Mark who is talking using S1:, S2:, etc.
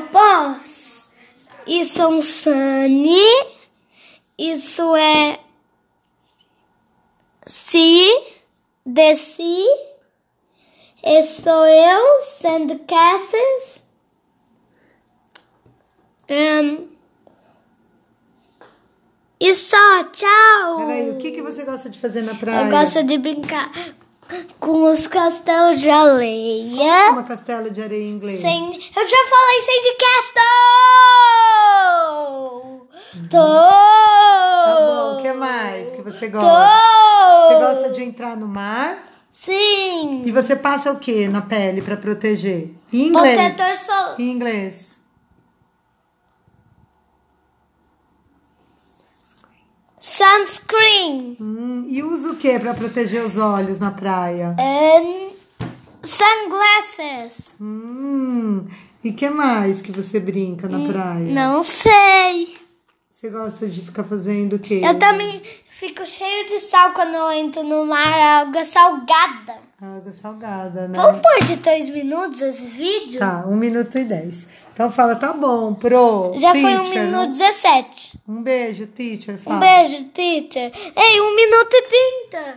S1: Opós, isso é um sane, isso é si, deci, e sou eu, sendo caças. Ahn, Hum. e só, tchau!
S2: Peraí, o que, que você gosta de fazer na praia?
S1: Eu gosto de brincar com os castelos de areia.
S2: Uma castela de areia em inglês.
S1: Sem... Eu já falei sem de castle! Tô!
S2: Tá bom, o que mais que você
S1: Tô!
S2: gosta? Você gosta de entrar no mar
S1: Sim!
S2: e você passa o que na pele pra proteger? Em inglês.
S1: Protetor solar.
S2: Em inglês.
S1: Sunscreen.
S2: Hum, e usa o que pra proteger os olhos na praia?
S1: And sunglasses.
S2: Hum, e que mais que você brinca na praia?
S1: Hum, Não sei.
S2: Você gosta de ficar fazendo o quê?
S1: Eu também fico cheio de sal quando eu entro no mar, água salgada.
S2: Água salgada, né?
S1: Vamos pôr de dois minutos esse vídeo?
S2: Tá, um minuto e dez. Então fala, tá bom, pro.
S1: Já foi um
S2: teacher.
S1: minuto 17.
S2: Um beijo, teacher. Fala.
S1: Um beijo, teacher. Ei, um minuto e trinta.